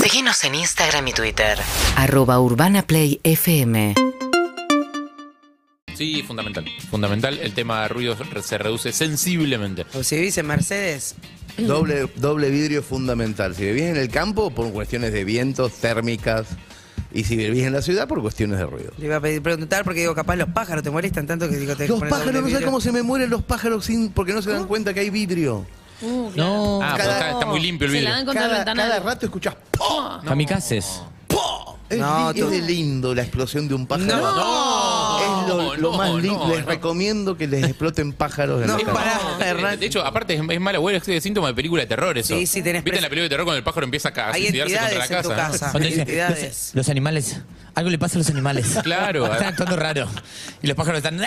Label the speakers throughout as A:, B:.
A: Seguinos en Instagram y Twitter.
B: Arroba Urbana Play FM.
C: Sí, fundamental. Fundamental. El tema de ruidos re- se reduce sensiblemente.
D: O si dice Mercedes,
E: Doble, doble vidrio fundamental. Si vivís en el campo, por cuestiones de vientos, térmicas. Y si vivís en la ciudad, por cuestiones de ruido.
D: le iba a pedir preguntar porque digo, capaz los pájaros te molestan tanto que digo, te
E: Los pájaros, no sé cómo se me mueren los pájaros sin, porque no se dan cuenta que hay vidrio.
F: Uh, claro.
G: No,
C: Ah, pero
E: Cada-
C: está, está muy limpio el
F: Se
C: vídeo.
F: la dan contra la
E: Cada,
F: ventana.
E: cada rato escuchás ¡po!
G: kamikazes.
E: ¡po! Es,
D: No,
E: li- es
D: tú-
E: de lindo la explosión de un pájaro.
D: No.
C: No,
E: Es lo, lo
C: no,
E: más lindo.
C: no,
E: les
C: no.
E: recomiendo que les exploten pájaros. en
D: No,
E: la calle.
D: pará,
C: Eh,
D: Hernán.
C: De hecho, aparte es, es mala, güey, es de síntoma de película de terror eso.
D: Sí, sí, tenés
C: ¿Viste en
D: pres-
C: la película de terror cuando el pájaro empieza a ca- a
D: Hay
C: suicidarse contra la
D: entidades en tu
C: casa? ¿eh? ¿no?
D: casa.
G: Cuando
D: Hay
G: dicen,
D: entidades.
G: los, los animales, algo le pasa a los animales.
C: Claro.
G: Están actuando raro. Y los pájaros están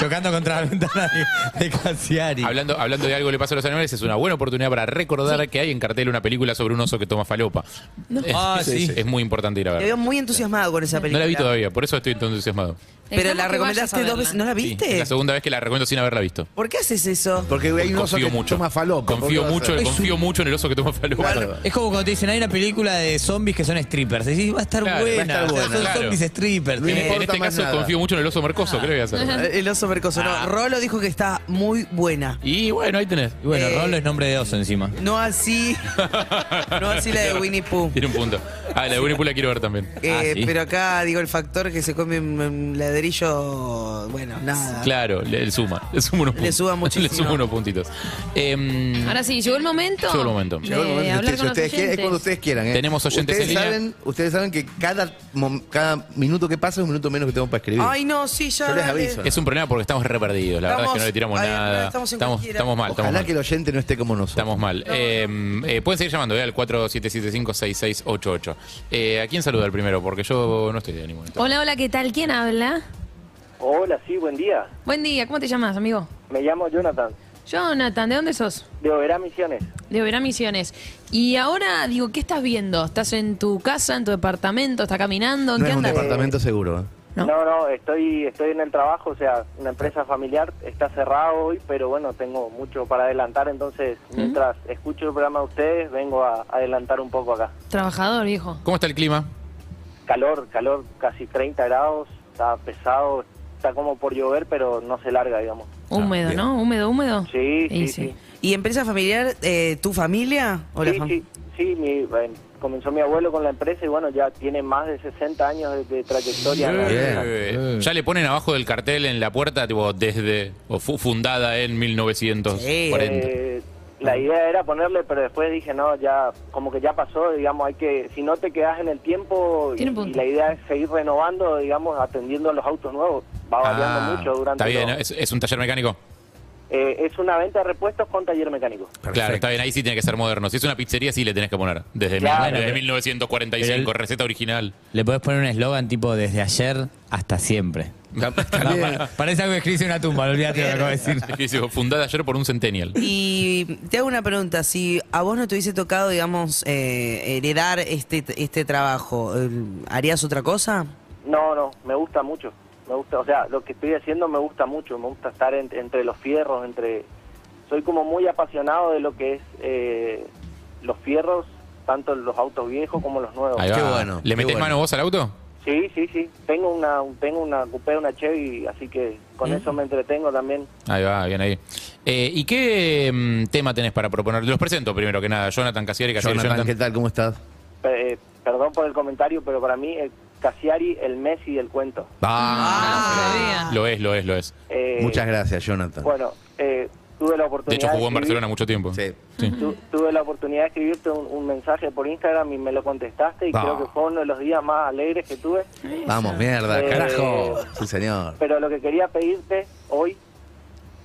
G: chocando contra la ventana de, de Cassiari.
C: Hablando, hablando de algo que le pasa a los animales, es una buena oportunidad para recordar que hay en cartel una película sobre un oso que toma falopa. Es,
G: Ah, sí.
C: es muy importante ir a
D: Te
C: ver.
D: veo muy entusiasmado con esa
C: No
D: película.
C: la vi todavía, por eso estoy tan entusiasmado.
D: Pero
F: Dejamos
D: la
F: que
D: recomendaste
F: vayas a
D: dos veces.
F: verla.
D: ¿No la
C: Sí,
D: viste?
C: es la segunda vez que la recomiendo sin haberla visto.
D: ¿Por qué haces eso?
E: Porque hay un oso
C: Confío
E: que
C: mucho.
E: toma falopa. ¿por qué
C: confío
E: vas a
C: mucho,
E: hacer?
C: confío mucho en el oso que toma falopa.
E: Claro.
G: Es como cuando te dicen, hay una película de zombies que son strippers. Y decís, va a estar
C: Claro, va a
G: buena.
E: estar
G: O sea,
E: buena,
G: Son
C: claro.
G: zombies strippers. Eh,
C: En,
E: No
C: en
G: tiene-
E: importa
C: este
E: más
C: caso
E: nada.
C: confío mucho en el oso
D: Ah.
C: mercoso, creo que voy a
F: Ah.
C: hacer.
E: eh.
D: El oso mercoso.
C: Ah.
D: No, Rolo dijo que está muy buena.
C: Y bueno, ahí tenés.
G: Y bueno,
D: Eh.
G: Rolo es nombre de oso encima.
D: No así.
C: Ah,
D: no así la de Winnie Pooh.
C: Tiene un punto. Ah, la de Winnie Pooh la quiero ver también.
D: Eh,
G: Ah, sí.
D: Pero acá digo el factor que se come un, un ladrillo. Bueno, nada.
C: Claro, le, le suma. Le suma unos
D: Ah. Le
C: puntitos.
D: suba muchísimo.
C: Le suma unos puntitos. Em,
F: Ahora sí, llegó el momento.
C: Llegó el momento.
F: de
E: Llegó el momento.
F: hablar
E: Ustedes,
F: con los
E: ustedes quieren- es cuando
F: oyentes.
E: ustedes quieran. ¿eh?
C: Tenemos oyentes
E: ustedes
C: en línea.
E: saben, Ustedes saben que cada, mom- cada minuto que pasa es un minuto menos que tengo para escribir.
D: Ay, no, sí, ya.
E: Yo les
D: dale.
E: aviso.
C: es un problema porque estamos re perdidos. La verdad es que
D: Estamos-
C: no le tiramos
D: ay,
C: nada.
D: estamos en
C: estamos,
D: cualquiera.
C: estamos mal. estamos
E: Ojalá
C: mal.
E: que el oyente no esté como nosotros.
C: Estamos mal. Eh, eh, pueden seguir llamando eh, al 4775-6688. Eh, ¿A quién saluda el primero? Porque yo no estoy de ánimo. en esta-
F: Hola, hola, ¿qué tal? ¿Quién habla?
H: Hola, sí, buen día.
F: Buen día, ¿cómo te llamas, amigo?
H: Me llamo Jonathan,
F: Jonathan, ¿de dónde sos?
H: de Oberá Misiones.
F: De Oberá Misiones. Y ahora, digo, ¿qué estás viendo? ¿Estás en tu casa, en tu departamento? ¿Estás caminando? ¿En
E: No
F: qué
E: es un
F: andas?
E: departamento seguro. ¿eh?
F: No.
H: No, no, estoy, estoy en el trabajo, o sea, una empresa familiar está cerrada hoy, pero bueno, tengo mucho para adelantar, entonces mientras escucho el programa de ustedes, vengo a adelantar un poco acá.
F: Trabajador, viejo.
E: Ah,
C: ¿Cómo está el clima?
H: Calor, calor, casi 30 grados, está pesado, está como por llover, pero no se larga, digamos.
F: Húmedo,
E: bien.
F: ¿no? Húmedo, húmedo.
H: Sí,
F: Y
H: sí, sí.
D: ¿Y empresa familiar, eh, tu familia? o la
H: sí,
D: fam-
H: sí, sí, mi- eh, comenzó mi abuelo con la empresa y bueno, ya tiene más de 60 años de, de trayectoria. en la
E: Bien.
H: empresa.
C: Eh, ya le ponen abajo del cartel en la puerta, tipo, desde. o fu- fundada en 1940.
H: Eh, la idea era ponerle, pero después dije, no, ya, como que ya pasó, digamos, hay que, si no te quedas en el tiempo, y,
F: Tiene punto.
H: y la idea es seguir renovando, digamos, atendiendo a los autos nuevos, va variando
C: Ah,
H: mucho durante...
C: Está bien,
H: los-
C: ¿no? ¿Es, es un taller mecánico.
H: Eh, es una venta de repuestos con taller mecánico.
C: Claro, está bien, ahí sí tiene que ser moderno. Si es una pizzería, sí le tenés que poner. Desde,
H: Claro.
C: mil- desde 1945,
G: Pero
C: receta original.
G: Le podés poner un eslogan tipo desde ayer hasta siempre. No, pa- parece algo que escribiste en una tumba, olvídate de lo que acabo de decir.
C: Dice, Fundada ayer por un centennial.
D: Y te hago una pregunta, si a vos no te hubiese tocado, digamos, eh, heredar este, este trabajo, eh, ¿harías otra cosa?
H: No, no, me gusta mucho. Me gusta, o sea, lo que estoy haciendo me gusta mucho. Me gusta estar en- entre los fierros, entre. Soy como muy apasionado de lo que es eh, los fierros, tanto los autos viejos como los nuevos.
C: Ahí va.
E: Qué bueno,
C: ¿Le
E: qué
C: metés
E: bueno.
C: mano vos al auto?
H: Sí, sí, sí. Tengo una, un- tengo una coupé, una Chevy, así que con eso me entretengo también.
C: Ahí va, bien ahí. Eh, ¿Y qué mm, tema tenés para proponer? Los presento primero que nada. Jonathan Casieri, Casieri,
E: Jonathan,
C: Jonathan.
E: ¿qué tal? ¿Cómo estás?
H: Pe- eh, perdón por el comentario, pero para mí el Cassiari, el Messi del cuento.
C: Ah, lo es, lo es, lo es.
H: Eh,
E: Muchas gracias, Jonathan.
H: Bueno, eh, tuve la
C: De
H: oportunidad.
C: hecho, jugó en
H: de escribir-
C: Barcelona mucho tiempo.
E: Sí.
H: Tu- tuve la oportunidad de escribirte un, un mensaje por Instagram y me lo contestaste y
E: Ah.
H: creo que fue uno de los días más alegres que tuve.
E: Vamos, mierda,
H: Eh,
E: carajo. Sí, señor.
H: Pero lo que quería pedirte hoy,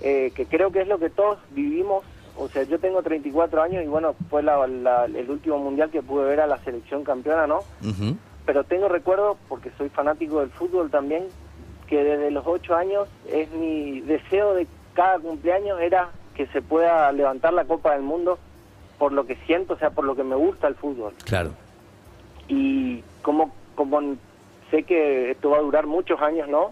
H: eh, que creo que es lo que todos vivimos, o sea, yo tengo 34 años y bueno, fue la- la- el último mundial que pude ver a la selección campeona, ¿no?
E: Ujú.
H: Pero tengo recuerdos, porque soy fanático del fútbol también, que desde los 8 años es mi deseo de cada cumpleaños era que se pueda levantar la Copa del Mundo por lo que siento, o sea, por lo que me gusta el fútbol.
E: Claro.
H: y como como sé que esto va a durar muchos años no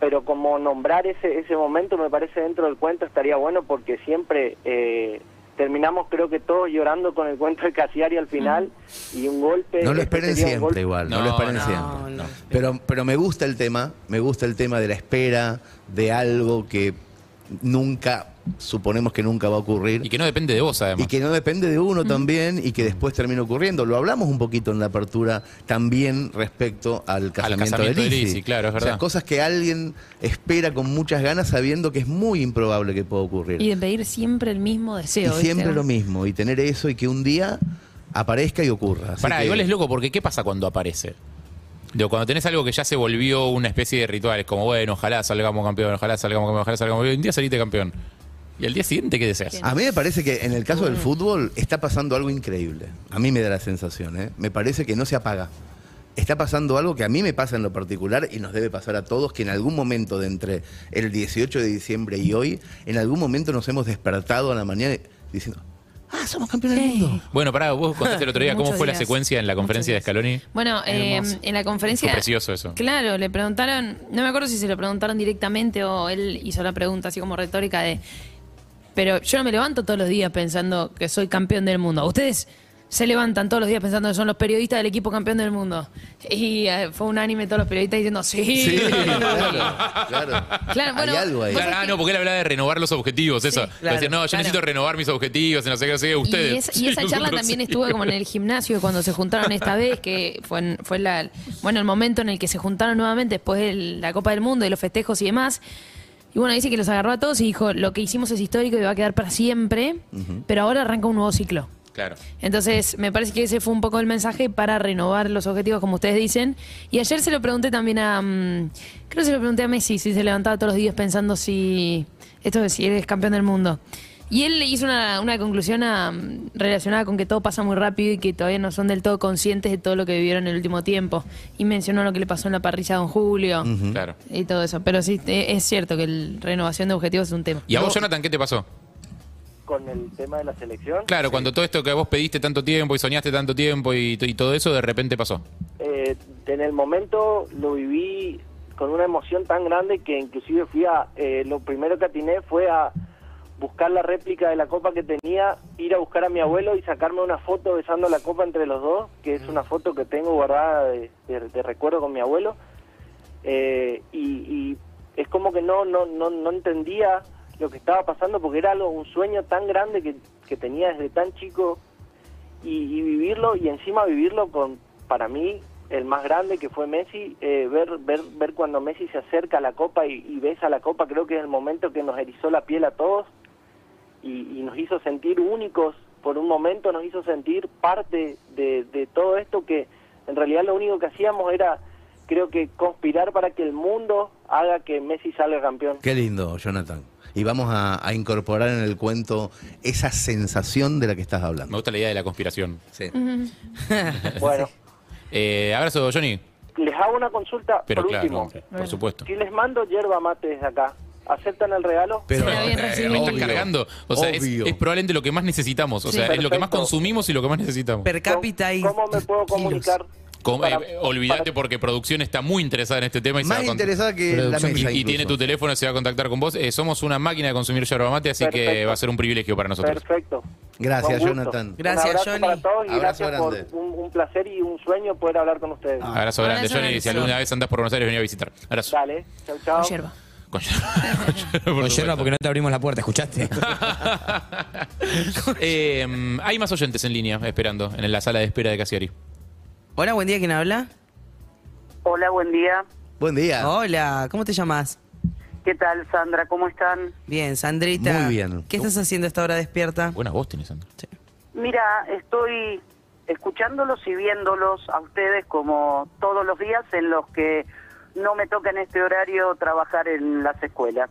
H: pero como nombrar ese ese momento me parece dentro del cuento estaría bueno porque siempre eh, terminamos creo que todos llorando con el cuento de Casiari al final y un golpe.
E: No lo
H: este
E: esperen
H: sería un
E: siempre
H: golpe-
E: igual, no,
C: No,
E: lo esperen
C: no,
E: siempre.
D: no.
E: Pero, pero me gusta el tema, me gusta el tema de la espera, de algo que nunca, suponemos que nunca va a ocurrir.
C: Y que no depende de vos, además. Mm.
E: Y que no depende de
F: Mm.
E: uno también y que después termina ocurriendo. Lo hablamos un poquito en la apertura también respecto al casamiento,
C: casamiento
E: de
C: de
E: Lizzy.
C: Lizzy, claro, es
E: O sea,
C: verdad.
E: cosas que alguien espera con muchas ganas sabiendo que es muy improbable que pueda ocurrir.
F: Y de pedir siempre el mismo
E: Y
F: deseo. ¿viste?
E: siempre lo mismo. Y tener eso y que un día aparezca y ocurra. Así
C: Pará,
E: que-
C: igual es loco porque ¿qué pasa cuando aparece? Digo, cuando tenés algo que ya se volvió una especie de ritual, es como, bueno, ojalá salgamos campeón, ojalá salgamos campeón, ojalá salgamos campeón, y un día saliste campeón. Y al día siguiente, ¿qué deseas?
E: A mí me parece que en el caso
F: Mm.
E: del fútbol está pasando algo increíble. A mí me da la sensación, ¿eh? Me parece que no se apaga. Está pasando algo que a mí me pasa en lo particular y nos debe pasar a todos, que en algún momento de entre el 18 de diciembre y hoy, en algún momento nos hemos despertado a la mañana diciendo, ah, somos campeones del mundo.
C: Bueno, pará, vos contaste el otro día cómo
F: Muchos
C: fue la
F: días.
C: secuencia en la
F: Muchos
C: conferencia de
F: días.
C: Scaloni.
F: Bueno, eh,
D: Hermoso.
F: en la conferencia.
C: Fue precioso eso.
F: Claro, le preguntaron, no me acuerdo si se lo preguntaron directamente o él hizo la pregunta así como retórica de. Pero yo no me levanto todos los días pensando que soy campeón del mundo. Ustedes se levantan todos los días pensando que son los periodistas del equipo campeón del mundo. Y eh, fue unánime todos los periodistas diciendo, sí.
E: claro, claro.
F: Claro, bueno,
E: Hay algo ahí.
F: vos-
C: Claro, ah, no, porque él hablaba de renovar los objetivos, eso. Pero decía, no, yo
F: claro.
C: necesito renovar mis objetivos, y no sé qué, no sé qué, Eh, ustedes.
F: Y, es- y esa
C: Sí,
F: charla
C: no sé.
F: también estuvo como en el gimnasio cuando se juntaron esta vez, que fue, en- fue la, bueno, el momento en el que se juntaron nuevamente después de la Copa del Mundo y los festejos y demás. Y bueno, dice que los agarró a todos y dijo, lo que hicimos es histórico y va a quedar para siempre, pero ahora arranca un nuevo ciclo.
C: Claro.
F: Entonces, me parece que ese fue un poco el mensaje para renovar los objetivos, como ustedes dicen. Y ayer se lo pregunté también a. mm, creo que se lo pregunté a Messi si se levantaba todos los días pensando si. Esto es si eres campeón del mundo. Y él le hizo una, una conclusión a, mm, relacionada con que todo pasa muy rápido y que todavía no son del todo conscientes de todo lo que vivieron en el último tiempo. Y mencionó lo que le pasó en la parrilla a Don Julio
C: Claro.
F: y todo eso. Pero sí, e- es cierto que la renovación de objetivos es un tema.
C: ¿Y a vos, Jonathan, qué te pasó?
H: Con el tema de la selección.
C: Claro, cuando todo esto que vos pediste tanto tiempo y soñaste tanto tiempo y, y todo eso, de repente pasó.
H: Eh, en el momento lo viví con una emoción tan grande que inclusive fui a eh, lo primero que atiné fue a buscar la réplica de la copa que tenía, ir a buscar a mi abuelo y sacarme una foto besando la copa entre los dos, que es una foto que tengo guardada de, de- de recuerdo con mi abuelo. Eh, y, y es como que no, no, no, no entendía lo que estaba pasando porque era algo, un sueño tan grande que, que tenía desde tan chico y, y vivirlo y encima vivirlo con para mí el más grande que fue Messi eh, ver ver ver cuando Messi se acerca a la copa y, y besa la copa creo que es el momento que nos erizó la piel a todos y, y nos hizo sentir únicos por un momento nos hizo sentir parte de, de todo esto que en realidad lo único que hacíamos era creo que conspirar para que el mundo haga que Messi salga campeón
E: Qué lindo, Jonathan. Y vamos a, a incorporar en el cuento esa sensación de la que estás
C: Me
E: hablando.
C: gusta la idea de la conspiración.
E: Sí.
H: bueno
C: Eh, abrazo, Johnny.
H: les hago una consulta
C: Pero
H: por
C: claro,
H: último
C: no, por supuesto.
H: si les mando yerba mate desde acá aceptan el regalo
E: Pero,
F: Será bien recibido.
C: Me
E: obvio,
C: estás cargando. O sea, es,
E: obvio.
C: es probablemente lo que más necesitamos. O
F: Sí.
C: sea, es lo que más
H: Perfecto.
C: consumimos y lo que más necesitamos.
D: Per cápita y...
H: ¿Cómo me puedo comunicar?
C: Com-
H: Para-
C: eh, olvídate
H: para-
C: porque producción está muy interesada en este tema y se va
E: Más
C: a cont-
E: interesada que la
G: Producción
E: mesa.
C: y- y,
E: incluso.
C: tiene tu teléfono, se va a contactar con vos. Eh, somos una máquina de consumir yerba mate, así que
H: Perfecto.
C: va a ser un privilegio para nosotros.
H: Perfecto.
E: Gracias,
H: Con gusto.
E: Jonathan.
D: Gracias,
H: un abrazo
D: Johnny.
H: Para todos y
E: Abrazo
H: gracias por
E: grande. Ah,
H: un, un placer y un sueño poder hablar con ustedes.
C: Ah, Abrazo grande,
F: Abrazo
C: Johnny.
F: grande.
C: Si alguna vez andás por Buenos Aires, vení a visitar. Abrazo.
H: Dale. Chau, chau.
F: Con yerba.
C: Con yerba. Con yerba, por
G: Con yerba
C: supuesto.
G: porque no te abrimos la puerta, ¿escuchaste?
C: Eh, mm, hay más oyentes en línea esperando en la sala de espera de Casiari.
D: Hola, buen día, ¿quién habla?
I: Hola, buen día.
E: Buen día.
D: Hola, ¿cómo te llamas?
I: ¿Qué tal, Sandra? ¿Cómo están?
D: Bien, Sandrita.
E: Muy bien.
D: ¿Qué estás haciendo a esta hora despierta?
C: Buenas voz tienes, Sandra.
I: Mira, estoy escuchándolos y viéndolos a ustedes como todos los días en los que no me toca en este horario trabajar en las escuelas.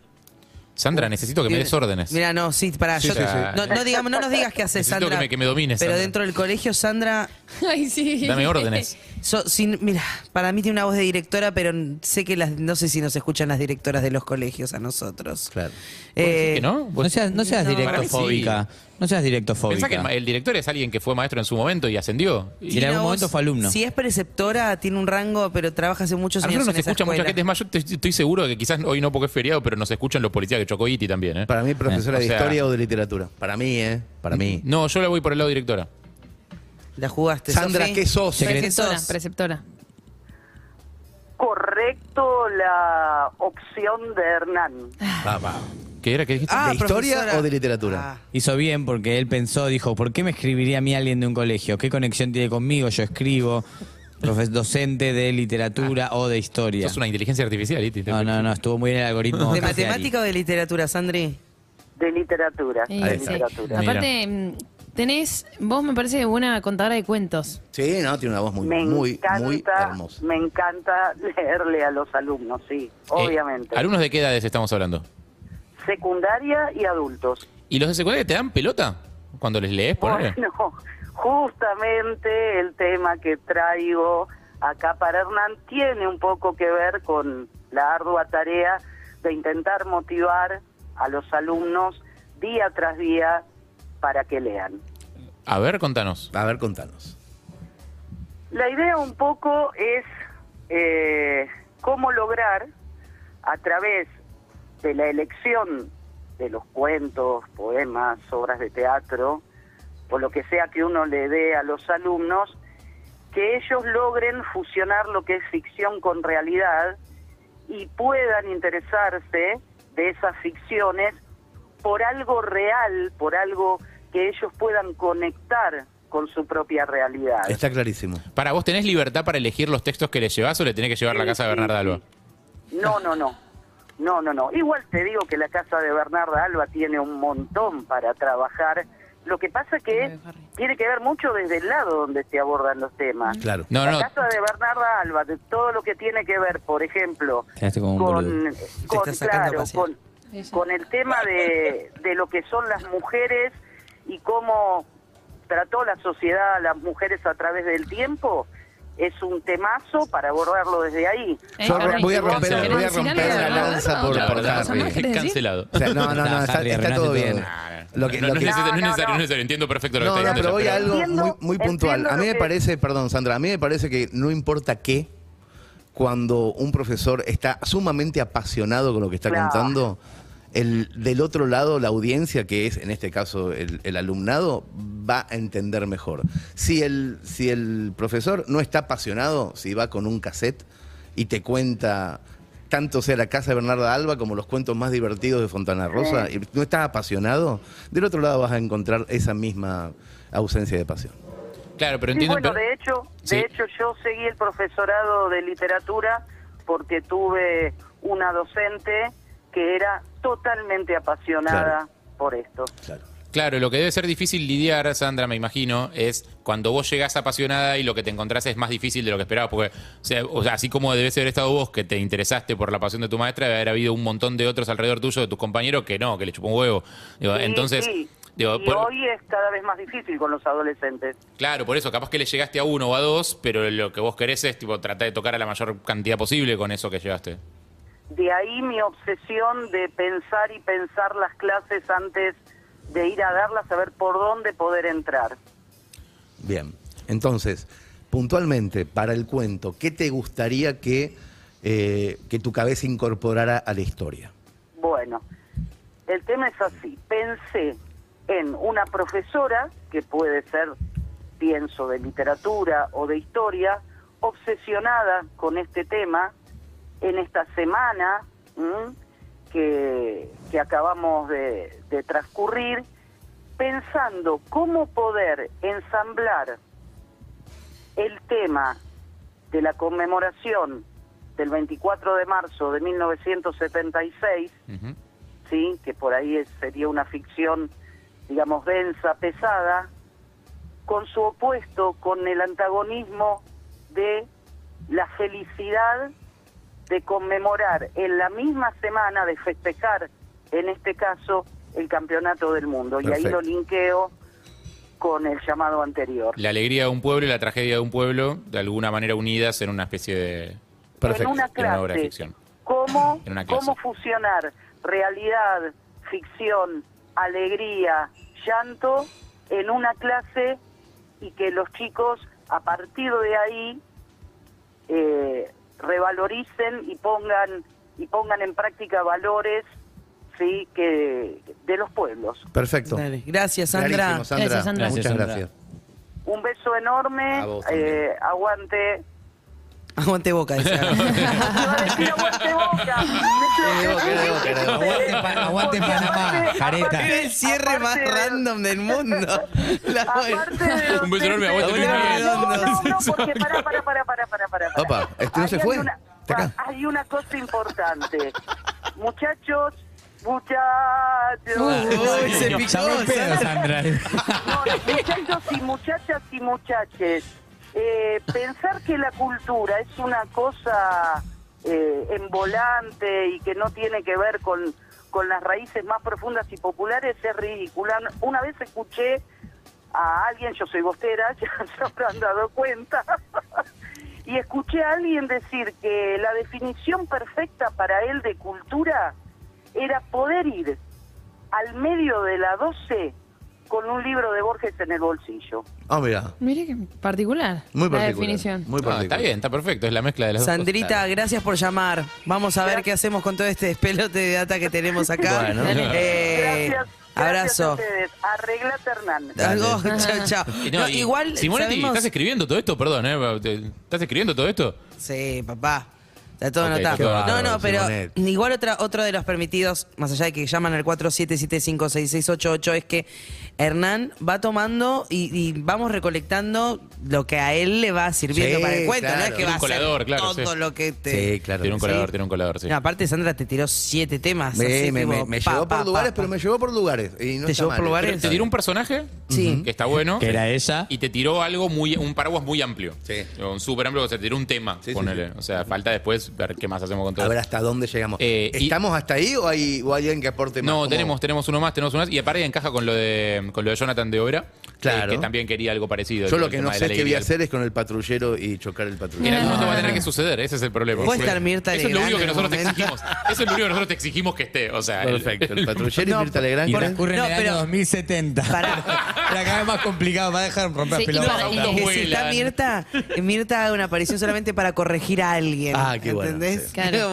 C: Sandra, necesito que me des órdenes.
D: Mira, no, sí, pará.
C: Sí,
D: yo-
C: sí, sí.
D: No, no digamos, no nos digas qué haces,
C: Necesito
D: Sandra.
C: que me- que me domines,
D: Pero
C: Sandra.
D: dentro del colegio, Sandra,
F: Ay, sí.
C: Dame órdenes.
D: so- sin- mira, para mí tiene una voz de directora, pero sé que las, no sé si nos escuchan las directoras de los colegios a nosotros.
E: Claro.
D: Eh,
C: ¿Que no?
G: No seas, no seas
D: No,
C: para mí sí.
G: directofóbica. No seas directo
C: Pensá que el, ma- el director es alguien que fue maestro en su momento y ascendió.
G: Y en
D: Mira
G: algún
D: vos,
G: momento fue alumno.
D: Si es preceptora, tiene un rango, pero trabaja hace muchos
C: A
D: años
C: nosotros
D: en
C: nos
D: esa
C: escucha mucha
D: escuela.
C: gente. Es más, yo te- estoy seguro que quizás hoy no porque es feriado, pero nos escuchan los policías que chocó Iti también, ¿eh?
E: Para mí, profesora
C: Eh, o
E: de
C: sea- Mm,
E: historia o de literatura. Para mí, ¿eh? Para mí.
C: No, yo le voy por el lado directora.
D: La jugaste,
E: Sandra,
D: Sofi.
E: ¿qué sos?
D: ¿Qué
F: Preceptora,
D: sos?
F: preceptora.
I: Correcto la opción de Hernán.
C: Ah,
E: Va, va.
C: ¿Qué era? ¿Qué dijiste?
D: Ah,
E: ¿De historia
D: profesora.
E: o de
D: Ah,
E: literatura?
G: Hizo bien porque él pensó, dijo, ¿por qué me escribiría a mí alguien de un colegio? ¿Qué conexión tiene conmigo? Yo escribo, profe- docente de literatura o de historia.
C: Sos una inteligencia artificial, Iti.
G: No, no, no, estuvo muy bien el algoritmo.
D: ¿De
G: Caffiari.
D: matemática o de literatura, Sandri?
I: De literatura.
F: Sí,
E: Ahí
F: sí.
E: está.
I: literatura.
F: Aparte, mm, tenés, vos me parece buena contadora de cuentos.
E: Sí, no, tiene una voz muy,
I: me
E: muy,
I: encanta,
E: muy hermosa.
I: me encanta leerle a los alumnos,
E: Eh,
I: sí, obviamente.
C: ¿Alumnos Eh, de qué edades estamos hablando?
I: Secundaria y adultos.
C: ¿Y los de secundaria te dan pelota? Cuando les lees, ponele.
I: Bueno, justamente el tema que traigo acá para Hernán tiene un poco que ver con la ardua tarea de intentar motivar a los alumnos día tras día para que lean.
C: A ver, contanos.
E: A ver, contanos.
I: La idea un poco es eh, cómo lograr a través de la elección de los cuentos, poemas, obras de teatro, o lo que sea que uno le dé a los alumnos, que ellos logren fusionar lo que es ficción con realidad y puedan interesarse de esas ficciones por algo real, por algo que ellos puedan conectar con su propia realidad.
E: Está clarísimo.
C: Para vos, ¿tenés libertad para elegir los textos que le llevas o le tenés que llevar a la
I: Sí,
C: casa de
I: sí,
C: Bernarda
I: sí.
C: Alba?
I: No, no, no. No, no, no. Igual te digo que la casa de Bernarda Alba tiene un montón para trabajar. Lo que pasa que tiene que ver mucho desde el lado donde se abordan los
C: Ah.
I: temas.
E: Claro.
C: No, no.
I: La casa de Bernarda Alba, de todo lo que tiene que ver, por ejemplo,
G: Quedaste como un boludo.
I: con, con-
D: estás sacando a
I: claro,
D: pasear.
I: con, con el tema de, de lo que son las mujeres y cómo trató la sociedad a las mujeres a través del tiempo, es un temazo para abordarlo desde ahí.
F: Eh,
E: Yo
F: Hernán,
E: voy a
F: ¿querés
E: romper-
F: decir
C: voy a
F: algo?
E: romper
F: ¿Querés decir
E: la
F: algo?
E: lanza por-
F: No,
C: Ya,
E: por
F: no,
C: Bernarda,
E: Harry.
F: no, ¿querés decir?
C: Cancelado.
E: O sea, no, no, no,
G: No,
E: está,
G: Harry,
E: está
G: arruinaste
E: todo
G: todo.
E: bien. Lo que-
C: no,
E: lo
C: no es necesario, no
E: que-
C: es
I: No, no,
C: necesario,
I: no.
C: no es necesario. Entiendo perfecto lo que
E: No,
C: está
E: no,
C: diciendo.
E: pero voy
C: ella,
E: a algo
I: Entiendo-
E: muy, muy puntual.
I: entiendo
E: A mí
I: lo
E: me
I: que-
E: parece, perdón Sandra, a mí me parece que no importa qué, cuando un profesor está sumamente apasionado con lo que está
I: Claro.
E: contando, el, del otro lado, la audiencia, que es en este caso el, el alumnado, va a entender mejor. Si el, si el profesor no está apasionado, si va con un cassette y te cuenta tanto sea la casa de Bernarda Alba como los cuentos más divertidos de Fontana Rosa, y no estás apasionado, del otro lado vas a encontrar esa misma ausencia de pasión.
C: Claro, pero
I: Sí,
C: entiendo.
I: bueno,
C: pero-
I: de hecho, de
C: Sí.
I: hecho yo seguí el profesorado de literatura porque tuve una docente que era totalmente apasionada
E: Claro.
I: por esto.
E: Claro.
C: Claro, lo que debe ser difícil lidiar, Sandra, me imagino, es cuando vos llegás apasionada y lo que te encontrás es más difícil de lo que esperabas. Porque, o sea, o sea, así como debes haber estado vos, que te interesaste por la pasión de tu maestra, debe haber habido un montón de otros alrededor tuyo, de tus compañeros, que no, que le chupó un huevo. Digo,
I: Sí,
C: Ah, entonces,
I: sí.
C: digo,
I: y
C: por-
I: hoy es cada vez más difícil con los adolescentes.
C: claro, por eso, capaz que le llegaste a uno o a dos, pero lo que vos querés es, tipo, tratar de tocar a la mayor cantidad posible con eso que llegaste.
I: De ahí mi obsesión de pensar y pensar las clases antes de ir a darlas, a ver por dónde poder entrar.
E: Bien. Entonces, puntualmente, para el cuento, ¿qué te gustaría que, eh, que tu cabeza incorporara a la historia?
I: Bueno, el tema es así. Pensé en una profesora, que puede ser, pienso, de literatura o de historia, obsesionada con este tema en esta semana ¿m? que, que acabamos de, de transcurrir, pensando cómo poder ensamblar el tema de la conmemoración del 24 de marzo de 1976, ¿sí? que por ahí es- sería una ficción, digamos, densa, pesada, con su opuesto, con el antagonismo de la felicidad de conmemorar en la misma semana, de festejar, en este caso, el campeonato del mundo. Y ahí
E: Perfecto.
I: lo linkeo con el llamado anterior.
C: La alegría de un pueblo y la tragedia de un pueblo, de alguna manera unidas en una especie de.
E: Perfecto.
I: en una
C: en una obra de
I: clase,
C: ficción.
I: cómo,
C: En una clase.
I: cómo fusionar realidad, ficción, alegría, llanto en una clase y que los chicos a partir de ahí eh, revaloricen y pongan y pongan en práctica valores sí que de los pueblos
E: Perfecto.
D: Dale, Gracias, Sandra.
E: Clarísimo, Sandra.
F: Gracias, Sandra.
E: Muchas
G: Gracias, Sandra.
E: gracias.
I: un beso enorme
E: A vos también.
I: eh, aguante
D: Aguante boca, dice.
I: Iba a decir aguante boca.
F: Ah,
E: Boca, Boca, Boca.
G: Aguante Pa- aguante
I: Porque
G: Panamá,
I: aparte-
G: careta.
I: aparte-
D: el cierre más
I: aparte de-
D: random del mundo. La
I: Aparte de los
C: Un beso enorme, aguante,
I: peces- Ah,
D: Luis
I: No,
D: Miguel.
I: no, no, porque pará, pará, pará, pará, pará, pará. pará.
E: Opa, este no
I: Ahí
E: se
I: hay
E: fue.
I: una-
E: Está acá.
I: Hay una cosa importante. Muchachos, muchachos.
E: Ah.
D: Uy, se picó,
G: Llamó en pedo, Sandra.
D: Sandra.
I: No, muchachos y muchachas y muchaches, eh, pensar que la cultura es una cosa eh, en volante y que no tiene que ver con, con las raíces más profundas y populares es ridícula. Una vez escuché a alguien, yo soy bostera, ya se habrán dado cuenta, y escuché a alguien decir que la definición perfecta para él de cultura era poder ir al medio de la 12 con un libro de Borges en el bolsillo.
E: Ah, mira.
F: Mire que particular
E: Muy
F: la
E: particular.
F: definición.
E: Muy
C: No, Ah, está
E: particular.
C: bien, está perfecto, es la mezcla de las dos. cosas.
D: Sandrita, gracias por llamar. Vamos a ver qué hacemos con todo este despelote de data que tenemos acá.
E: Bueno.
D: Eh,
I: Gracias. Gracias a
D: abrazo.
I: ustedes. Arreglate, Hernán.
D: Algo, chao, chao.
C: Y no,
D: No,
C: y
D: igual,
C: Simonetti,
D: sabemos-
C: ¿estás escribiendo todo esto? Perdón, ¿eh? Te- ¿Estás escribiendo todo esto?
D: Sí, papá. Está todo
C: Ok,
D: anotado.
C: qué bárbaro,
D: no, no, pero
E: Simonet.
D: igual otra, otro de los permitidos, más allá de que llaman al 47756688, es que Hernán va tomando y, y vamos recolectando lo que a él le va sirviendo
E: Sí,
D: para el cuento,
E: claro.
D: no es que
E: Tiene
D: va
C: un
D: a
C: colador,
D: ser
C: claro,
D: todo
C: sí.
D: lo que te...
E: Sí, claro.
C: tiene un
E: que
C: colador,
E: sí.
C: tiene un colador, sí.
D: No, aparte Sandra te tiró siete temas.
E: Me,
D: así,
E: me, me,
D: tipo,
E: me
D: pa,
E: llevó
D: pa,
E: por lugares,
D: pa,
E: pero
D: pa.
E: me llevó por lugares. Y no
D: ¿Te
E: está
D: llevó por
E: mal,
D: lugares?
E: está
C: Te
E: bien.
C: tiró un personaje
D: Sí.
C: que está bueno.
G: Que era ella.
C: Y te tiró algo muy, un paraguas muy amplio.
E: Sí.
C: Un súper amplio, o sea, te tiró un tema,
E: Sí, sí,
C: ponele.
E: sí.
C: O sea, falta después ver qué más hacemos con todo.
E: A ver hasta dónde llegamos.
C: Eh, y-
E: ¿Estamos hasta ahí o hay, o hay alguien que aporte más?
C: No,
E: ¿Cómo?
C: tenemos, tenemos uno más, tenemos uno más. Y aparte encaja con lo de con lo de Jonathan de Obra, eh,
E: Claro.
C: que, que también quería algo parecido.
E: Yo
C: el-
E: lo
C: el
E: que
C: tema
E: no
C: de la
E: sé qué voy
C: alegría.
E: a hacer es con el patrullero y chocar el patrullero.
C: En algún momento va a tener que suceder, ese es el problema.
D: Puede
C: Porque
D: estar Mirta
C: Eso es lo
D: Legrand
C: único que
D: en
C: nosotros te
D: algún momento.
C: exigimos. Eso es lo único que nosotros te exigimos que esté. O sea, el-
E: Perfecto, el patrullero y Mirta Legrand.
G: Y
E: ¿cuál es?
G: transcurre
D: No,
G: en el
D: pero-
G: año 2070.
D: Pará.
G: Era cada vez más complicado. Va a dejar romper
F: Sí, y
G: pelotas.
F: para-
C: autos
D: Que si
C: vuelan.
D: está Mirta, Mirta haga una aparición solamente para corregir a alguien.
E: Ah, qué bueno,
D: ¿Entendés?
E: sí.
F: Claro.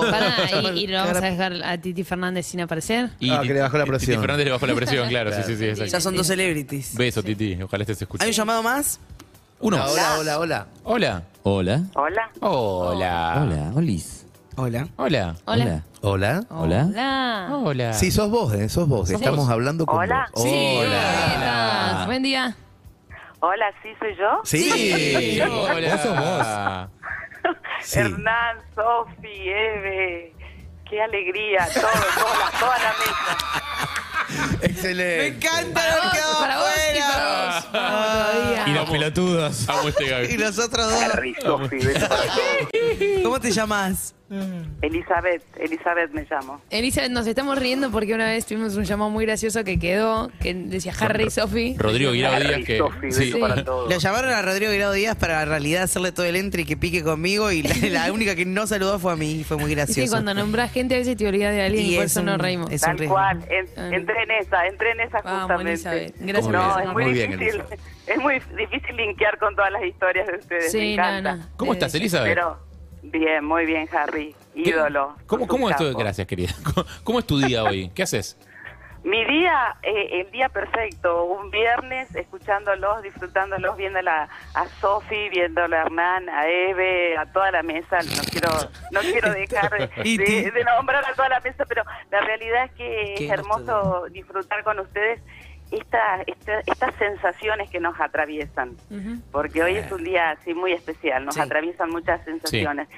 D: Como-
F: Pará, y, y lo vamos a
D: Cara-
F: dejar a Titi Fernández sin aparecer.
C: Y
E: Ah, que le bajó la
C: Titi
E: presión.
C: Fernández le bajó la presión, claro. Sí, sí, sí.
D: Ya
C: exacto.
D: son dos celebrities.
C: Beso, Titi. Ojalá estés escuchando.
D: ¿Hay un llamado más?
C: Uno.
E: Ah, Hola, hola, hola.
C: Hola.
G: Hola.
I: Hola.
C: Hola.
G: Hola, Olis.
D: Hola.
C: Hola.
F: Hola.
E: Hola.
G: Hola.
F: Hola.
C: Hola.
E: Sí, sos vos, ¿eh? Sos vos. Estamos
C: vos.
E: hablando con
I: Hola.
E: vos.
F: Sí,
E: Hola.
F: hola. Buen día.
I: Hola, sí soy yo.
E: Sí.
C: Sí, hola.
G: Vos sos vos.
E: Sí.
I: Hernán, Sofi, Eve. Qué alegría, todo, toda, la- toda la mesa.
D: Me
E: Excelente.
D: encanta haber quedado
F: para vos y
D: afuera.
F: para vos. Vamos
G: Y
F: todavía.
G: los pelotudos.
C: Amo este gag.
D: Y nosotros dos.
I: Harry, Sofi, beso para todos.
D: ¿Cómo te llamas?
I: Elizabeth, Elizabeth me llamo.
F: Elizabeth, nos estamos riendo porque una vez tuvimos un llamado muy gracioso que quedó, que decía Harry y Sophie.
C: Rodrigo Guirao Díaz
I: Harry,
C: que.
I: Sofi, beso
C: sí.
I: para todos.
D: Le llamaron a Rodrigo Grado Díaz para en realidad hacerle todo el entre y que pique conmigo y la, la única que no saludó fue a mí y fue muy
F: Es que
D: gracioso.
F: cuando nombras gente a veces te olvidas de alguien y, por eso nos reímos.
D: es un
I: Tal
D: riesgo.
I: cual, en- entré en esa, entré en esa
F: Vamos,
I: justamente.
F: Elizabeth. Gracias
I: no,
F: por
I: es muy,
E: Muy bien,
I: difícil,
E: Elizabeth.
I: es muy difícil linkear con todas las historias de ustedes, me
F: Sí, no,
I: encanta.
F: no.
C: ¿Cómo estás,
D: Eh,
C: Elizabeth?
I: Pero bien, muy bien, Harry,
C: ¿Qué-
I: ídolo.
C: ¿Cómo,
I: sos un
C: cómo es tu-
I: capo.
C: Gracias, querida. ¿Cómo, cómo es tu día hoy? ¿Qué haces?
I: Mi día, eh, el día perfecto, un viernes escuchándolos, disfrutándolos, viéndola a Sofi, viéndola a Hernán, a Eve, a toda la mesa, no quiero, no quiero dejar
D: Y ti-
I: de, de nombrar a toda la mesa, pero la realidad es que
D: Qué
I: es hermoso disfrutar con ustedes esta, esta- estas sensaciones que nos atraviesan, porque hoy es un día así muy especial, nos
D: Sí.
I: atraviesan muchas sensaciones.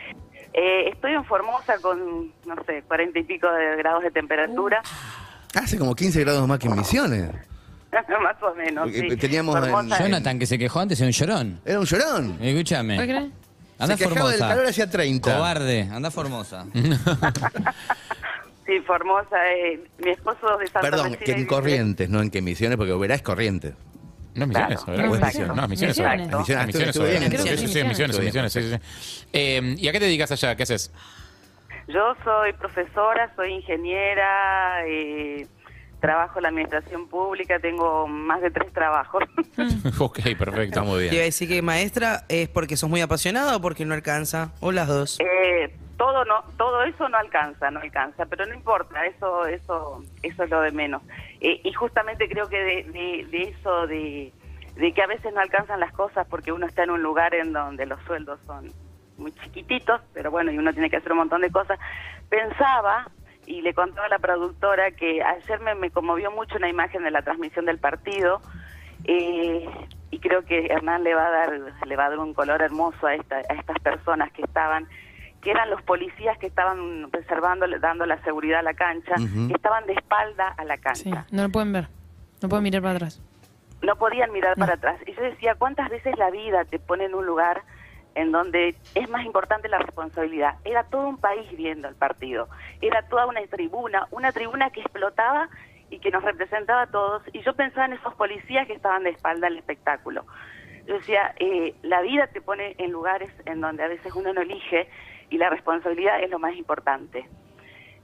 I: Eh, estoy en Formosa con, no sé, cuarenta y pico de grados de temperatura.
E: Hace como 15 grados más que en Misiones.
I: más o menos.
E: Porque
I: sí.
E: teníamos
I: Formosa
E: en-
I: es-
G: Jonathan, que se quejó antes, era un llorón.
E: Era un llorón.
F: ¿Por qué
G: Escúchame.
F: no?
G: Anda
E: Se quejaba del
G: Formosa.
E: calor hacia 30.
G: Cobarde, anda Formosa.
I: sí, Formosa. eh, mi esposo de Santa
E: Perdón,
I: Lucía
E: que en
I: dice-
E: Corrientes, no en que Misiones, porque Oberá es Corrientes.
C: No, es misiones.
I: Claro,
C: ¿verdad?
I: exacto.
C: No, es misiones.
F: Misiones.
C: ¿verdad?
I: Exacto.
E: Misiones,
C: Misiones,
E: estuve bien,
C: ¿verdad?
E: creo
C: Sí,
E: que
C: sí,
F: sí,
C: sí, misiones, sí,
E: misiones.
C: misiones, sí, sí, sí. Eh, ¿Y a qué te dedicas allá? ¿Qué haces?
I: Yo soy profesora, soy ingeniera, eh,
J: Trabajo en la administración pública, tengo más de tres trabajos.
C: ok, perfecto.
E: Está muy
D: Te iba a
E: bien.
D: decir que maestra es porque sos muy apasionada o porque no alcanza, o las dos.
J: Eh, todo no, todo eso no alcanza, no alcanza, pero no importa, eso, eso, eso es lo de menos. Eh, y justamente creo que de, de- de eso, de, de que a veces no alcanzan las cosas porque uno está en un lugar en donde los sueldos son muy chiquititos, pero bueno, y uno tiene que hacer un montón de cosas. Pensaba y le contaba a la productora que ayer me, me conmovió mucho una imagen de la transmisión del partido. Eh, y creo que Hernán le va a dar le va a dar un color hermoso a, esta, a estas personas que estaban que eran los policías que estaban preservando dando la seguridad a la cancha que estaban de espalda a la
F: Sí,
J: cancha
F: no lo pueden ver. No pueden mirar para atrás.
J: no podían mirar para atrás y yo decía cuántas veces la vida te pone en un lugar en donde es más importante la responsabilidad era todo un país viendo el partido era toda una tribuna una tribuna que explotaba y que nos representaba a todos y yo pensaba en esos policías que estaban de espalda al espectáculo Yo decía, eh, la vida te pone en lugares en donde a veces uno no elige y la responsabilidad es lo más importante.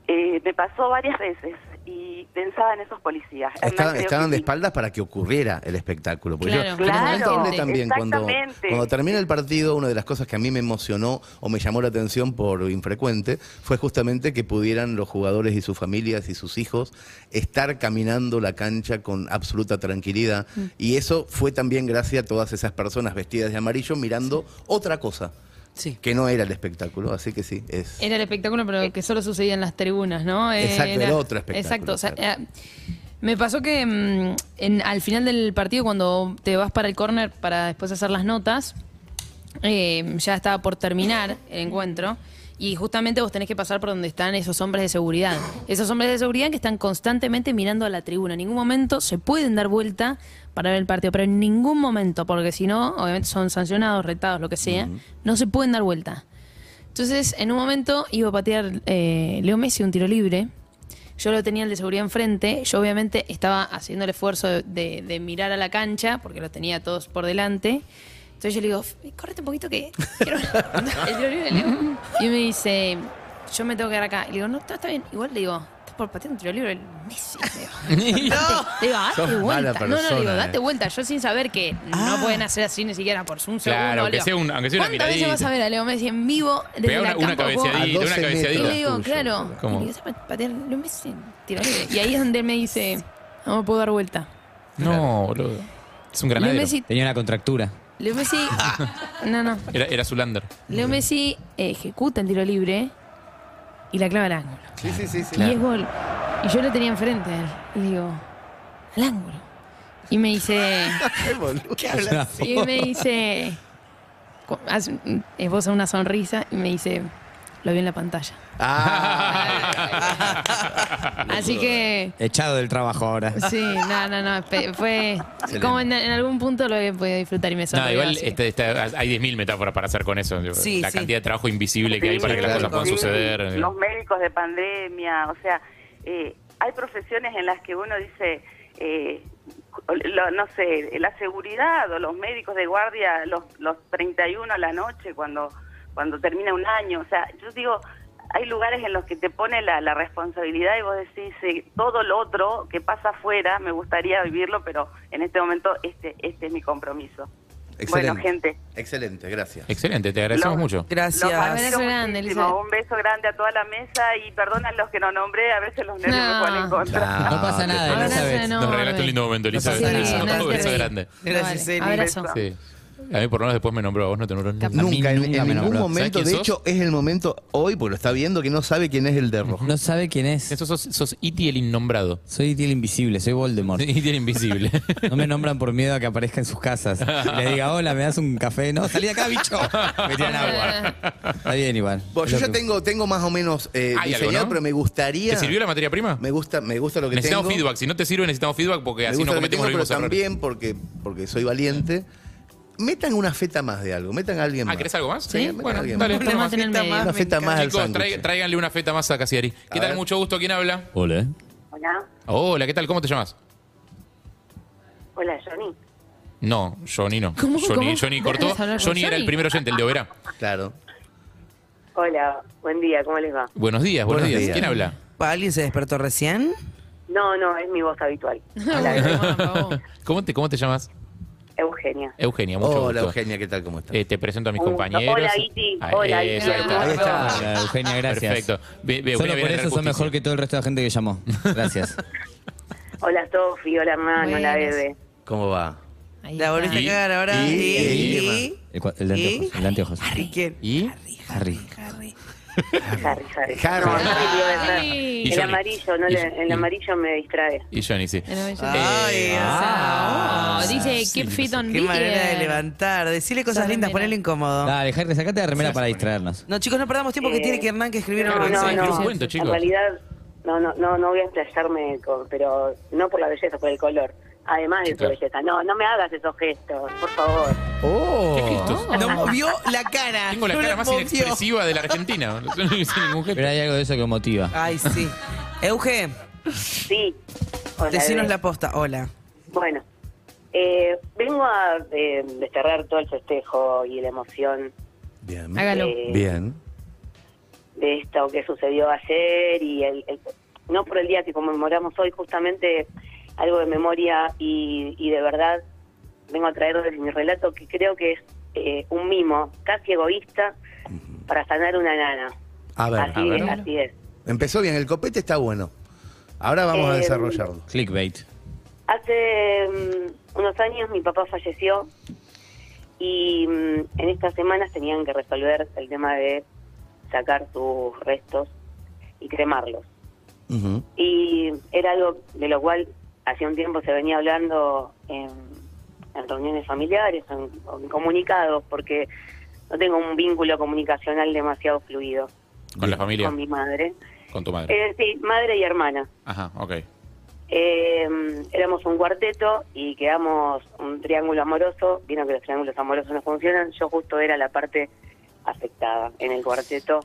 J: Eh, me pasó varias veces y pensaba en esos policías. Hernán,
E: Estaban,
J: creo
E: estaban
J: que
E: de
J: sí.
E: espaldas para que ocurriera el espectáculo. Porque
F: Claro,
E: yo, yo en un
F: claro,
E: momento hablé también cuando,
J: exactamente.
E: cuando termina el partido, una de las cosas que a mí me emocionó o me llamó la atención por infrecuente fue justamente que pudieran los jugadores y sus familias y sus hijos estar caminando la cancha con absoluta tranquilidad. Y eso fue también gracias a todas esas personas vestidas de amarillo mirando otra cosa
D: Sí.
E: que no era el espectáculo. Así que sí, es.
F: Era el espectáculo, pero que solo sucedía en las tribunas, ¿no?
E: Exacto, era otro espectáculo,
F: Exacto. o sea,
E: claro.
F: eh, me pasó que mm, en- al final del partido, cuando te vas para el córner para después hacer las notas, eh, ya estaba por terminar el encuentro. Y justamente vos tenés que pasar por donde están esos hombres de seguridad. Esos hombres de seguridad que están constantemente mirando a la tribuna. En ningún momento se pueden dar vuelta para ver el partido, pero en ningún momento, porque si no, obviamente son sancionados, retados, lo que sea, no se pueden dar vuelta. Entonces, en un momento iba a patear eh, Leo Messi un tiro libre. Yo lo tenía el de seguridad enfrente. Yo obviamente estaba haciendo el esfuerzo de, de- de mirar a la cancha, porque lo tenía todos por delante. Entonces yo le digo, "F- correte un poquito que quiero ver el tiro libre de Leo". Y me dice, yo me tengo que quedar acá. Y le digo, no, está, está bien. Igual le digo, estás por patear un tiro libre. Messi, le digo. Le digo, "Ah, date
E: Sos
F: vuelta. no,
E: mala
F: no, le digo,
E: persona,
F: date
E: eh.
F: vuelta. Yo sin saber que
D: Ah.
F: no pueden hacer así ni siquiera por un
C: Claro,
F: segundo. le
C: aunque
F: digo,
C: sea un- aunque sea una
F: ¿Cuántas veces
C: miradita?
F: vas a ver a Leo Messi en vivo desde
C: Pegá una,
F: la
C: una
F: campo de juego?
C: cabeceadita,
E: A
C: una
E: 12
F: Y
C: cabeceadita.
E: metros.
F: le digo,
E: Tuyo.
F: claro.
C: ¿Cómo?
F: Y le digo, "Zapa- patear Leo Messi, tiro libre". Y ahí es donde él me dice, no me puedo dar vuelta.
C: No, boludo. Es un
F: Leo
C: granadero.
F: Messi,
G: Tenía una contractura.
F: Leo Messi, no, no.
C: Era, era Zulander.
F: Leo Messi ejecuta el tiro libre y la clava al ángulo.
E: Sí, sí, sí. sí.
F: Y es gol. Y yo lo tenía enfrente a él. Y le digo, al ángulo. Y me dice, Y me dice, co- hace- esboza una sonrisa y me dice, lo vi en la pantalla.
E: Ah.
F: Ah,
C: Ah,
F: Así que,
G: Echado del trabajo ahora.
F: sí, no, no, no, pe- fue como en, en algún punto lo he podido disfrutar y me
C: No,
F: sonreí.
C: igual este- este- hay 10.000 metáforas para hacer con eso.
D: Sí,
C: la
D: sí.
C: cantidad de trabajo invisible que hay
J: Sí,
C: para que las
E: claro.
C: cosas puedan
J: sí,
C: suceder. eh.
J: Los médicos de pandemia, o sea, eh, hay profesiones en las que uno dice, eh, lo- no sé, la seguridad o los médicos de guardia los, los 31 a la noche cuando, cuando termina un año. O sea, yo digo, hay lugares en los que te pone la, la responsabilidad y vos decís, eh, todo lo otro que pasa afuera me gustaría vivirlo, pero en este momento este, este es mi compromiso. Bueno, gente.
E: Excelente, gracias.
C: Excelente, te agradecemos
J: Los-
C: mucho.
J: Los
D: Gracias.
J: admiro
F: Abrazo grande,
J: muchísimo.
F: Elizabeth.
J: Un beso grande a toda la mesa y perdona a los que no nombré, a veces los nervios
F: No.
J: me ponen contra.
E: Ah,
G: No pasa nada,
F: Ahora
G: Elizabeth.
F: se no,
C: Nos regalaste un lindo momento,
D: pasa
C: Elizabeth.
D: nada.
C: Sí,
D: No,
C: un
D: no,
C: beso
D: no.
C: grande.
D: Gracias, Eli.
F: Abrazo.
C: Sí. A mí por lo menos después me nombró, a vos no te nombró nunca.
G: A mí
E: Nunca, en,
G: nunca
E: en
G: me
E: ningún
G: nombró.
E: momento.
C: ¿Sabes
E: De
C: quién
E: hecho, es el momento hoy, porque lo está viendo, que no sabe quién es el de rojo.
G: No sabe quién es.
C: Eso sos, sos Iti el innombrado.
G: Soy Itiel Invisible, soy Voldemort.
E: E
C: Iti el invisible.
G: No me nombran por miedo a que aparezca en sus casas. Y le diga, hola, ¿me das un café? No, salí de acá, bicho. Me tiran agua. Está bien igual.
E: Bueno, yo
G: Lo
E: ya
G: que-
E: tengo, tengo más o menos eh,
C: Hay algo,
E: diseñado,
C: ¿no?
E: pero me gustaría.
C: ¿Te sirvió la materia prima?
E: Me gusta, me gusta lo que
C: necesitamos
E: tengo.
C: feedback. Si no te sirve, necesitamos feedback porque
E: Me
C: así
E: gusta
C: no
E: lo que tengo,
C: cometimos los
E: pero
C: mismos errores.
E: también porque, porque soy valiente. Metan una feta más de algo, metan a alguien más.
C: Ah, ¿querés algo más?
E: Sí, metan a
C: bueno,
E: alguien
C: dale.
E: más.
F: Podemos hacer en el
D: Está
F: medio.
D: más-
E: Una
D: me
E: feta
D: encanta.
E: más al
C: Chicos, trae-
E: sándwich.
C: tráiganle una feta más a Casiari. ¿Qué
E: A
C: tal?
E: ver.
C: Mucho gusto. ¿Quién habla?
G: Hola.
J: Hola,
C: Hola, ¿qué tal? ¿Cómo te llamas?
J: hola Johnny.
C: No, Johnny no.
F: ¿Cómo?
C: Johnny,
F: ¿Cómo?
C: Johnny cortó.
F: ¿Vas a hablar con
C: Johnny era el
F: Johnny?
C: primer oyente, el de Oberá.
E: Claro.
J: Hola, buen día, ¿cómo les va?
C: Buenos días, buenos,
E: Buenos
C: días.
E: días.
C: ¿Quién habla?
D: ¿Alguien se despertó recién?
K: No, no, es mi voz habitual.
F: Oh.
C: ¿Cómo te, cómo te llamas?
K: Eugenia.
C: Eugenia, mucho
E: Hola
C: gusto.
E: Eugenia, ¿qué tal? ¿Cómo estás?
C: Eh, te presento a mis
K: Un gusto.
C: compañeros.
K: Hola, Iti.
C: Ah,
K: Hola,
C: eso,
K: Iti.
C: ahí
G: Ahí está.
C: está.
G: Hola, Eugenia, gracias.
C: Perfecto. Ve- ve-
G: Solo
C: Eugenia
G: por
C: viene a
G: eso
C: traer
G: son
C: justicia.
G: mejor que todo el resto de gente que llamó. Gracias.
K: Hola, Sofi. Hola, hermano. Hola,
F: Buenas.
K: bebé.
E: ¿Cómo va?
F: Ahí
D: La volviste a
C: Y-
D: cagar ahora.
E: y-
D: Sí.
G: El, cua- el de
D: ¿Y?
G: anteojos. El de anteojos.
D: ¿Y quién?
C: ¿Y?
G: Harry.
K: Harry, Harry.
E: Harry.
K: No, Harry le iba a decir.
F: Harry.
C: Y
K: El
C: Johnny.
K: amarillo, no
C: Y-
K: le- el
C: y-
K: amarillo me distrae.
C: Y Johnny, sí.
F: Era bello.
D: Ay,
C: Eh,
F: Ah,
C: ah,
F: dice
C: sí,
F: Keep
C: no
F: Fit
C: sé.
F: on
D: Qué manera de
F: BTS.
D: levantar. Decirle cosas
F: Esa
D: lindas,
F: remera.
D: ponerle incómodo.
G: Dale, Harry, sacate la remera para distraernos.
D: No, chicos, no perdamos tiempo que
K: Eh,
D: tiene que Hernán que escribir
K: No,
D: una
K: no,
D: canción.
K: no.
C: cuento, chicos.
K: En realidad, no, no, no, no voy a explayarme, con- pero no por la belleza, por el color. Además de
C: Sí,
K: su
C: claro.
K: belleza. No, no me hagas esos gestos, por favor.
C: ¿Qué gestos?
D: No movió la cara.
C: Tengo la
D: no
C: cara más
D: movió.
C: inexpresiva de la Argentina. Yo no hice ningún gesto.
G: Pero hay algo de eso que motiva.
D: Ay, sí. Euge,
K: Sí. Hola,
D: decinos
K: bebé.
D: la posta. Hola.
K: Bueno, eh, vengo a eh, desterrar todo el festejo y la emoción
E: Bien.
F: Hágalo.
K: eh,
E: Bien.
K: de esto que sucedió ayer y el, el- no por el día que conmemoramos hoy, justamente algo de memoria y, y de verdad vengo a traer desde mi relato que creo que es eh, un mimo casi egoísta para sanar una nana.
E: A ver,
K: así
C: a ver.
K: es, así es.
E: empezó bien. El copete está bueno. Ahora vamos a
K: Eh,
E: desarrollarlo.
G: Clickbait.
K: Hace mm, unos años mi papá falleció y mm, en estas semanas tenían que resolver el tema de sacar sus restos y cremarlos.
E: Ujú.
K: Y era algo de lo cual hace un tiempo se venía hablando en, en reuniones familiares, en, o en comunicados, porque no tengo un vínculo comunicacional demasiado fluido
C: Con la familia,
K: con mi madre.
C: con tu madre.
K: Eh, sí, madre y hermana.
C: Ajá, ok.
K: Eh, éramos un cuarteto y quedamos un triángulo amoroso. Vino que los triángulos amorosos no funcionan. Yo justo era la parte afectada en el cuarteto.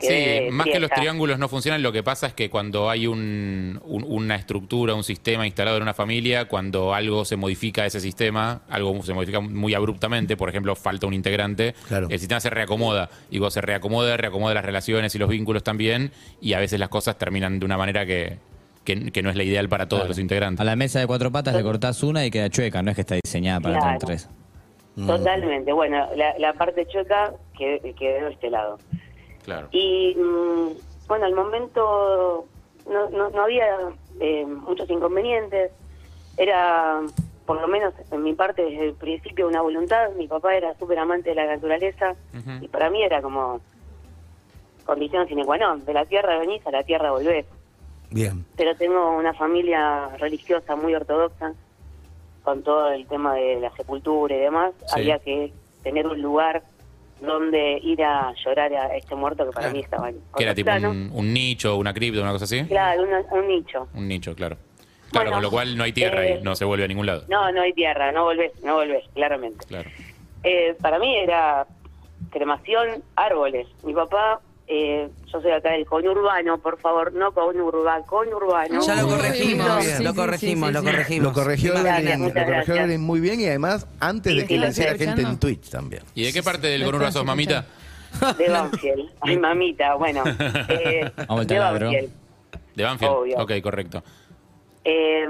C: Sí,
K: Quedé
C: más que los
K: tiesa.
C: triángulos no funcionan, lo que pasa es que cuando hay un- un- una estructura, un sistema instalado en una familia, cuando algo se modifica de ese sistema, algo se modifica muy abruptamente, por ejemplo, falta un integrante,
E: Claro.
C: el sistema se reacomoda. Y cuando se reacomoda, reacomoda las relaciones y los vínculos también, y a veces las cosas terminan de una manera que, que- que no es la ideal para todos
G: Claro.
C: los integrantes.
G: A la mesa de cuatro patas le cortás una y queda chueca. No es que está diseñada para
K: Claro.
G: tener tres.
E: Mm.
K: Totalmente. Bueno, la, la parte chueca que- quedó de este lado.
C: Claro.
K: Y mm, bueno, al momento no, no, no había eh, muchos inconvenientes. Era, por lo menos en mi parte, desde el principio una voluntad. Mi papá era súper amante de la naturaleza
C: Ujú.
K: y para mí era como condición sine qua non. De la tierra venís, a la tierra volvés
E: Bien.
K: pero tengo una familia religiosa muy ortodoxa, con todo el tema de la sepultura y demás,
C: Sí.
K: había que tener un lugar donde ir a llorar a este muerto que para mí estaba en
C: Que era tipo
K: Cotlano.
C: un, un nicho, una cripta, una cosa así.
K: Claro, una- un nicho.
C: Un nicho, claro. Claro,
K: Bueno,
C: con lo cual no hay tierra
K: eh,
C: ahí, no se vuelve a ningún lado.
K: No, no hay tierra, no volvés, no volvés, claramente.
C: Claro.
K: Eh, para mí era cremación, árboles. Mi papá, eh, yo soy acá del conurbano, por favor, no conurba, conurbano.
D: Ya lo
F: Muy
D: corregimos,
F: bien.
D: lo
F: Sí, sí,
D: corregimos,
F: sí,
D: lo
F: sí.
D: corregimos.
E: Lo corrigió
K: Gracias,
E: Evelyn, lo
K: muchas
E: corrigió
K: gracias.
E: Evelyn muy bien y además antes de
K: Sí,
E: que
K: sí,
E: lo
K: lo
E: hiciera
F: estoy
E: gente en
F: escuchando.
E: Twitch también.
C: ¿Y de qué parte del
F: lo
C: Conurba
F: estás
C: sos, mamita?
K: De Banfield. Ay, mamita, bueno. Eh,
G: Vamos al
K: de
G: taladro.
K: Banfield.
C: De Banfield.
K: Obvio.
C: Ok, correcto.
K: Eh,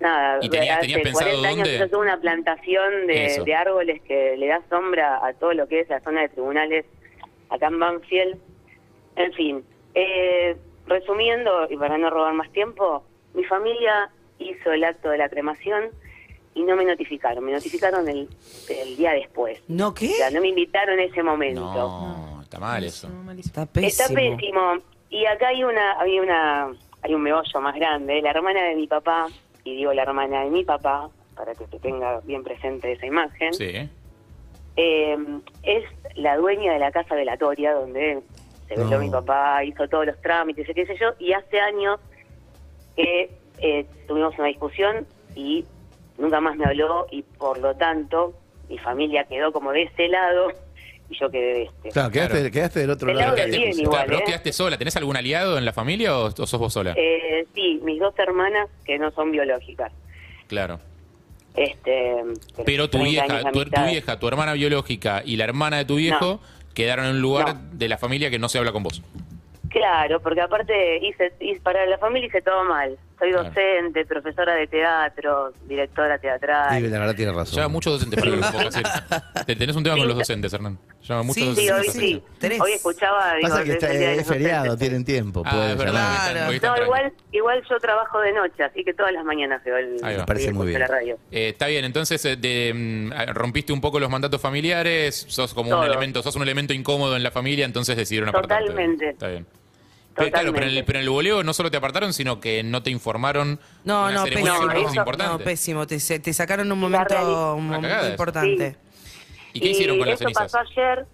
K: nada,
C: ¿Y tenías-
K: hace
C: tenías pensado
K: 40 años
C: dónde?
K: yo tuve una plantación de,
C: Eso.
K: de árboles que le da sombra a todo lo que es la zona de tribunales acá en Banfield. En fin, eh, resumiendo, y para no robar más tiempo, mi familia hizo el acto de la cremación y no me notificaron, me notificaron el, el día después.
D: ¿No
K: O
D: qué?
K: sea, no me invitaron en ese momento.
C: No, está mal eso.
F: Malísimo.
D: Está pésimo.
K: Está pésimo. Y acá hay una, hay una, hay un meollo más grande. La hermana de mi papá, y digo la hermana de mi papá, para que se tenga bien presente esa imagen,
C: Sí, ¿eh?
K: eh, es la dueña de la casa velatoria donde se veló
E: No.
K: mi papá, hizo todos los trámites, y qué sé yo, y hace años que eh, tuvimos una discusión y nunca más me habló y por lo tanto mi familia quedó como de ese lado y yo quedé de este.
E: Claro, quedaste,
C: Claro.
E: quedaste del otro
K: Pero
E: lado.
K: quedaste-
E: de la
K: bien
E: discusión.
K: igual,
C: Claro, pero vos
K: ¿eh?
C: quedaste sola. ¿Tenés algún aliado en la familia o, o sos vos sola?
K: Eh, sí, mis dos hermanas que no son biológicas.
C: claro.
K: Este,
C: Pero tu
K: 30 años
C: vieja,
K: de
C: tu, tu
K: amistad.
C: vieja, tu hermana biológica y la hermana de tu viejo quedaron en un lugar
K: No.
C: de la familia que no se habla con vos.
K: Claro, porque aparte hice, hice- para la familia hice todo mal. Soy
C: Claro.
K: docente, profesora de teatro, directora
E: Y
K: teatral.
E: la verdad tiene razón.
C: Llama muchos docentes para el grupo, Cacir. Te- Tenés un tema con los docentes, Hernán. Llama muchos
D: Sí,
K: Sí,
C: docentes.
K: hoy
C: Cacir.
K: sí.
D: Tres.
K: Hoy escuchaba... digo,
E: Pasa que está,
K: el día de
E: es
K: los
E: feriado,
K: docentes.
E: tienen tiempo.
C: Ah,
E: pueden
C: es verdad.
E: llamar.
C: hoy están- hoy están
K: No,
C: tranquilos.
K: igual, igual yo trabajo de noche, así que todas las mañanas veo el...
C: Ahí va. Me
E: parece muy
K: escucho
E: bien.
K: La radio.
C: Eh, está bien, entonces eh, de, mm, ah, rompiste un poco los mandatos familiares, sos como un
K: Todo.
C: elemento, sos un elemento incómodo en la familia, entonces decidieron apartarte.
K: Totalmente.
C: Está bien. Pero, claro, pero en, el,
K: Totalmente.
C: pero en el boleo no solo te apartaron, sino que no te informaron.
D: No,
C: en la
D: no,
C: ceremonia,
D: pésimo.
C: que es
K: eso-
C: importante.
D: No, pésimo. Te, se- te sacaron un
K: La
D: momento,
K: realidad.
D: un
C: Una
D: momento
C: cagada eso.
D: importante.
C: ¿Y qué hicieron con las
K: eso
C: cenizas?
K: pasó ayer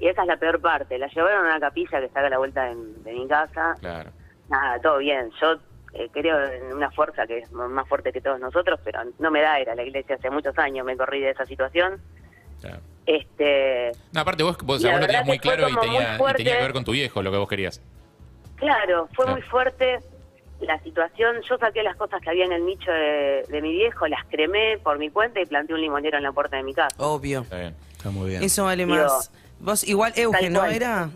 K: y esa es la peor parte. La llevaron a una capilla que está a la vuelta de, mi- de mi casa.
C: Claro.
K: Nada, todo bien. Yo eh, creo en una fuerza que es m- más fuerte que todos nosotros, pero no me da era la iglesia. Hace muchos años me corrí de esa situación.
C: claro.
K: Este,
C: No, aparte vos, vos,
K: Y la
C: vos lo tenías
K: verdad
C: muy
K: que fue
C: claro y
K: como muy
C: tenía, y
K: fuerte.
C: tenía que ver con tu viejo lo que vos querías.
K: Claro, fue
C: Claro.
K: muy fuerte la situación. Yo saqué las cosas que había en el nicho de, de mi viejo, las cremé por mi cuenta y planté un limonero en la puerta de mi casa.
D: Obvio.
C: Está bien.
E: Está muy bien.
D: Eso vale
K: Digo,
D: más. Vos, igual, Eugen, ¿no
K: cual.
D: era?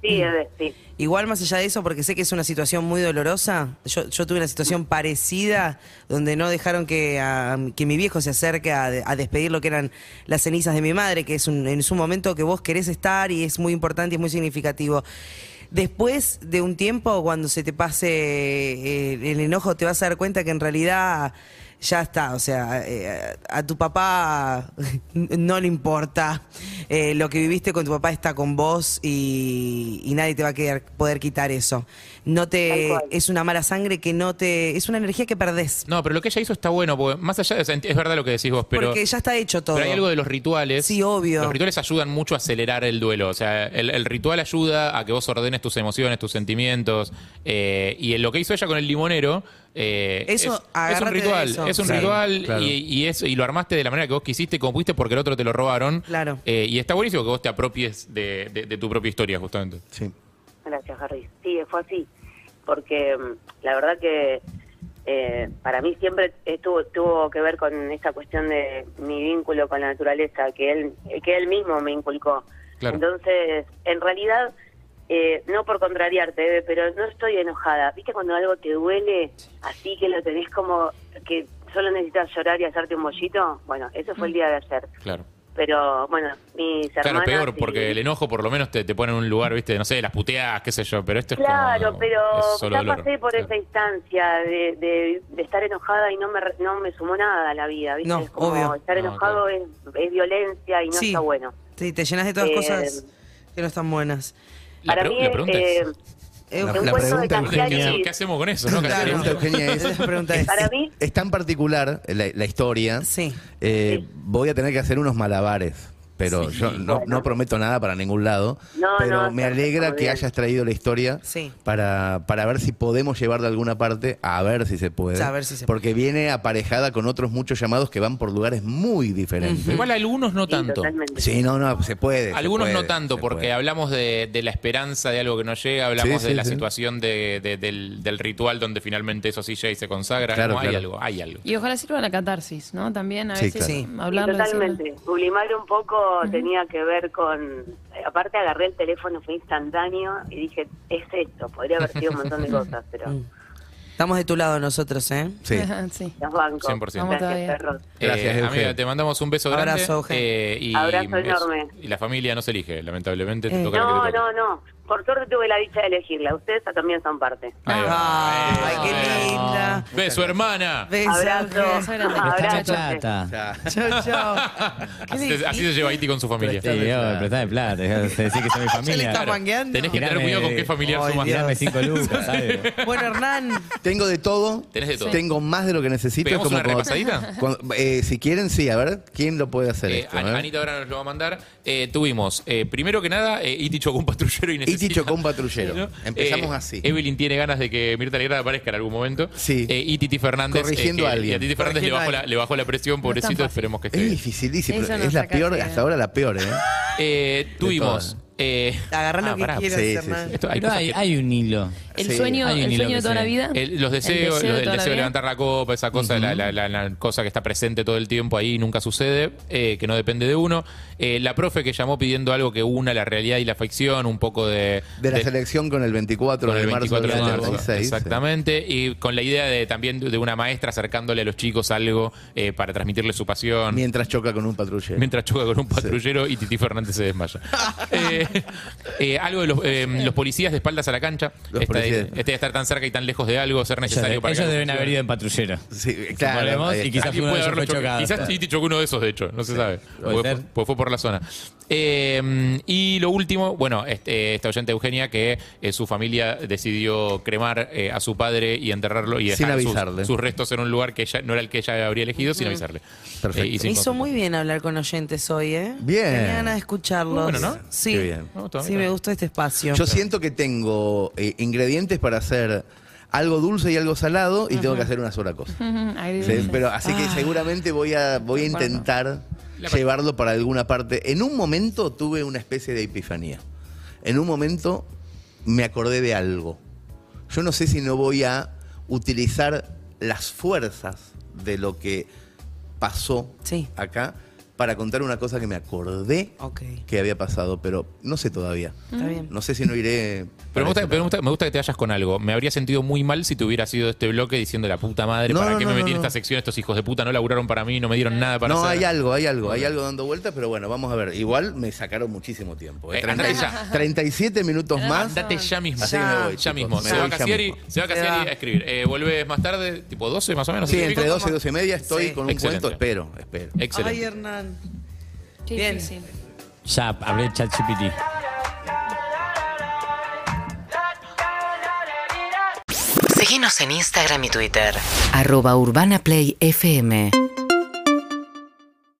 K: Sí, bebé, sí.
D: Igual más allá de eso, porque sé que es una situación muy dolorosa, yo, yo tuve una situación parecida donde no dejaron que, a- que mi viejo se acerque a, de- a despedir lo que eran las cenizas de mi madre, que es un, en un momento que vos querés estar y es muy importante y es muy significativo. Después de un tiempo, cuando se te pase eh, el enojo, te vas a dar cuenta que en realidad ya está, o sea, eh, a tu papá no le importa. Eh, lo que viviste con tu papá está con vos y, y nadie te va a quedar- poder quitar eso. No
K: Tal
D: te
K: cual.
D: es una mala sangre que no te es una energía que perdés
C: No, pero lo que ella hizo está bueno, porque más allá de. o sea, enti- es verdad lo que decís vos, pero.
D: porque ya está hecho todo.
C: Pero hay algo de los rituales.
D: Sí, obvio.
C: Los rituales ayudan mucho a acelerar el duelo. O sea, el, el ritual ayuda a que vos ordenes tus emociones, tus sentimientos. eh, y en lo que hizo ella con el limonero. eh,
D: Eso,
C: es, es un
D: agárrate de
C: ritual.
D: eso.
C: Es un
D: Claro,
C: ritual
E: claro.
C: Y, y es, y lo armaste de la manera que vos quisiste, como pudiste, porque el otro te lo robaron.
D: Claro.
C: Eh, y está buenísimo que vos te apropies de, de- de tu propia historia, justamente.
E: Sí.
K: Gracias, Harry. Sí, fue así. Porque mm, la verdad que eh, para mí siempre estuvo, tuvo que ver con esta cuestión de mi vínculo con la naturaleza, que él, eh, que él mismo me inculcó.
C: Claro.
K: Entonces, en realidad, eh, no por contrariarte, Eve, pero no estoy enojada. ¿Viste cuando algo te duele así que lo tenés como que solo necesitas llorar y hacerte un bollito? Bueno, eso fue el día de ayer.
C: Claro.
K: Pero bueno, mis
C: Mm. Claro,
K: hermanas...
C: peor,
K: y-
C: porque el enojo por lo menos te, te pone en un lugar, viste, no sé, las puteadas, qué sé yo, pero esto es
K: Claro,
C: como-
K: pero
C: es solo
K: ya
C: dolor.
K: pasé por
C: Claro.
K: esa instancia de, de- de estar enojada y no me, re- no me sumó nada a la vida, ¿viste?
D: No,
K: Es como
D: obvio.
K: estar
C: No,
K: enojado es, es violencia y no
D: Sí.
K: está bueno.
D: Sí, te llenas de todas
K: Eh,
D: cosas que no están buenas.
C: La,
K: Para
C: pre-
K: mí
C: la
K: es,
C: pregunta es...
K: eh,
D: Eh,
E: La-
K: un
E: la
K: cuento de
E: pregunta,
K: cambiar
C: ¿Qué,
E: Eugenia,
K: y-
C: hacemos- qué hacemos con eso? no?
D: Claro.
C: Casi-
E: La pregunta, Eugenia, es,
D: La pregunta es-
K: Para mí-
E: es tan particular eh, la, la historia.
D: Sí.
E: eh,
K: Sí.
E: Voy a tener que hacer unos malabares. Pero yo no,
K: Bueno.
E: no prometo nada para ningún lado.
K: No,
E: pero
K: no,
E: me
K: está- está
E: alegra
K: muy
E: que
K: bien.
E: hayas traído la historia
D: Sí.
E: para, para ver si podemos llevar de alguna parte, a ver si se puede.
D: A ver si se
E: porque viene aparejada con otros muchos llamados que van por lugares muy diferentes.
C: Igual algunos no
K: sí,
C: tanto.
K: totalmente.
E: Sí, no, no, se puede. se
C: Algunos
E: puede,
C: no tanto,
E: se
C: porque
E: puede.
C: hablamos de, de la esperanza de algo que no llega, hablamos
E: Sí,
C: de
E: sí,
C: la
E: sí.
C: situación de- de- del, del ritual donde finalmente eso sí Jay se consagra.
E: Claro,
C: No, Hay
E: claro.
C: algo, hay algo.
F: Y ojalá sirva la catarsis, ¿no? También a
E: Sí,
F: veces
E: claro.
D: Sí.
K: Sí,
F: hablarlo.
K: totalmente. Sublimar un poco tenía que ver con... Aparte agarré el teléfono, fue instantáneo y dije, es esto, podría haber sido un montón de cosas, pero
F: Mm.
D: Estamos de tu lado nosotros, ¿eh?
E: Sí.
F: decirlo. Sí.
K: los bancos.
C: 100%.
F: Vamos
K: Gracias,
F: todavía.
K: perros.
E: Gracias, Euge.
C: Eh, amiga, te mandamos un beso grande.
D: Abrazo, Euge.
C: eh, y,
K: Abrazo enorme.
C: y la familia no se elige, lamentablemente. Te
D: Eh.
C: toca lo
K: No,
C: que te toca.
K: no, no. Por suerte tuve la dicha de elegirla. Ustedes también son parte.
C: Ahí va.
D: Ay,
C: Eso,
D: qué
C: eso.
D: linda.
C: Beso, hermana.
D: Beso.
K: Abrazo.
F: Beso grande.
G: Prestame
K: Abrazo.
G: plata.
D: Chau, chau. Qué
C: Así, se- así se lleva Haití con su familia.
G: Sí, obvio, prestame plata. Dejá de decir que soy mi familia.
D: está mangueando.
C: Tenés que tener
G: Tirame-
C: cuidado con qué familiar
D: Ay,
C: sumas.
D: Dios.
G: Tirame cinco lucas, algo.
D: Bueno, Hernán,
E: Tengo de todo.
C: Tenés de todo.
E: Tengo más de lo que necesito.
C: ¿Pegamos una
E: cuando-
C: repasadita?
E: cuando- eh, si quieren, sí. A ver, ¿quién lo puede hacer
C: Eh,
E: esto?
C: An-
E: eh?
C: Anita ahora nos lo va a mandar. Eh, tuvimos, eh, primero que nada, eh, Iti chocó un patrullero y necesita... Eh,
E: Iti E chocó un patrullero. Empezamos así.
C: Evelyn tiene ganas de que Mirta Legrand aparezca en algún momento.
E: Sí.
C: Eh, y Titi Fernández...
E: Corrigiendo
C: que-
E: a alguien.
C: y a Titi Fernández le
D: Corrigiendo a
C: bajó, la,
D: alguien.
C: le bajó la presión, pobrecito.
F: fácil.
C: esperemos que esté
E: Es
C: bien.
E: dificilísimo.
F: Eso
E: pero
F: no
E: es la
F: saca
E: peor,
F: idea.
E: hasta ahora la peor, ¿eh?
C: Eh,
E: De
C: tuvimos
E: todas.
C: Eh,
D: Agarrá lo
C: ah,
D: que
C: pará.
D: quieras,
E: Sí, sí,
D: Hernán.
E: sí.
C: Esto, hay
G: No,
C: cosas
G: hay,
C: que-
G: hay un hilo.
F: El
E: Sí,
F: sueño,
G: hay un
F: el
G: hilo
F: sueño
G: que
F: de toda
G: se-
F: la vida.
C: El- los deseos,
F: deseo
C: los-
F: de
C: el
F: toda la
C: deseo de
F: vida.
C: levantar la copa, esa cosa, la, la- la- la cosa que está presente todo el tiempo ahí, nunca sucede, eh, que no depende de uno. Eh, la profe que llamó pidiendo algo que una la realidad y la ficción, un poco de...
E: De la selección con el 24
C: con el
E: de marzo
C: 24 de
E: del
C: marzo.
E: 86, sí.
C: Exactamente. Y con la idea de también de de una maestra acercándole a los chicos algo eh, para transmitirle su pasión.
E: Mientras choca con un patrullero.
C: Mientras choca con un patrullero y Titi Fernández se desmaya. Eh, eh, algo de los, eh, los policías de espaldas a la cancha. Esta
E: Los
C: de-
E: policías.
C: este de estar tan cerca y tan lejos de algo, ser
G: Ellos,
C: necesario
G: de-
C: para que
G: ellos
C: algo
G: deben haber
C: suceda.
G: ido en patrullero.
E: Sí, claro.
G: Suponemos,
E: ahí
G: y
E: está.
G: quizás
C: Alguien
G: uno de
C: puede
G: ellos
C: haberlo
G: fue
C: chocado.
G: chocado.
C: Quizás Titi chocó uno de esos, de hecho, no se sabe.
G: Puede
C: Pues
G: ser.
C: fue, pues fue por la zona. Eh, y lo último, bueno, este, esta oyente Eugenia, que eh, su familia decidió cremar eh, a su padre y enterrarlo y
E: Sin
C: dejar sus-
E: avisarle.
C: Sus, restos en un lugar que ella, no era el que ella habría elegido, sin avisarle. Eh,
E: Perfecto.
C: y
D: Me
C: sin
D: hizo
C: consultar.
D: muy bien hablar con oyentes hoy, ¿eh?
E: Bien.
D: Tenía ganas de escucharlos.
C: Muy bueno, ¿no?
D: Sí.
E: Qué bien.
C: Me gustó,
D: sí,
C: mira.
D: me gustó este espacio.
E: Yo siento que tengo eh, ingredientes para hacer algo dulce y algo salado y tengo que hacer una sola cosa.
F: Ujú, ahí
E: Sí,
F: viene.
E: pero así que seguramente voy a, voy a intentar
C: La pa-
E: llevarlo para alguna parte. En un momento tuve una especie de epifanía. En un momento me acordé de algo. Yo no sé si no voy a utilizar las fuerzas de lo que pasó
D: Sí.
E: acá para contar una cosa que me acordé
D: Ok,
E: que había pasado, pero no sé todavía.
D: está bien.
E: Mm. No sé si no iré.
C: Pero me gusta,
E: para
C: pero me gusta- me gusta que te vayas con algo. Me habría sentido muy mal si te hubiera sido este bloque diciendo la puta madre,
E: No,
C: ¿para
E: no,
C: qué
E: no,
C: me metí
E: no,
C: en
E: no.
C: esta sección? Estos hijos de puta no laburaron para mí, no me dieron nada para
E: no,
C: hacer.
E: hay algo, hay algo, hay algo dando vueltas, pero bueno, vamos a ver. Igual me sacaron muchísimo tiempo. ¿eh?
C: Eh, andate ya.
E: 37 minutos más.
C: Andate ya mismo.
E: Así que me voy,
C: ya
E: chicos,
C: mismo.
E: me
C: Se va,
E: voy ya
C: Cassieri,
E: mismo.
C: se va
D: Se
C: Cassieri
D: va.
C: a escribir. Eh, vuelves más tarde, tipo 12 más o menos.
E: Sí,
C: ¿12 y
E: entre
C: pico?
E: 12 y 12 y media estoy
D: Sí.
E: con un
C: Excelente.
E: cuento, espero, espero.
C: Excelente.
D: Ay, Hernán.
F: Qué
D: Bien.
F: difícil.
G: Ya hablé de ChatGPT.
A: Seguinos en Instagram y Twitter.
B: arroba urbanaplayfm.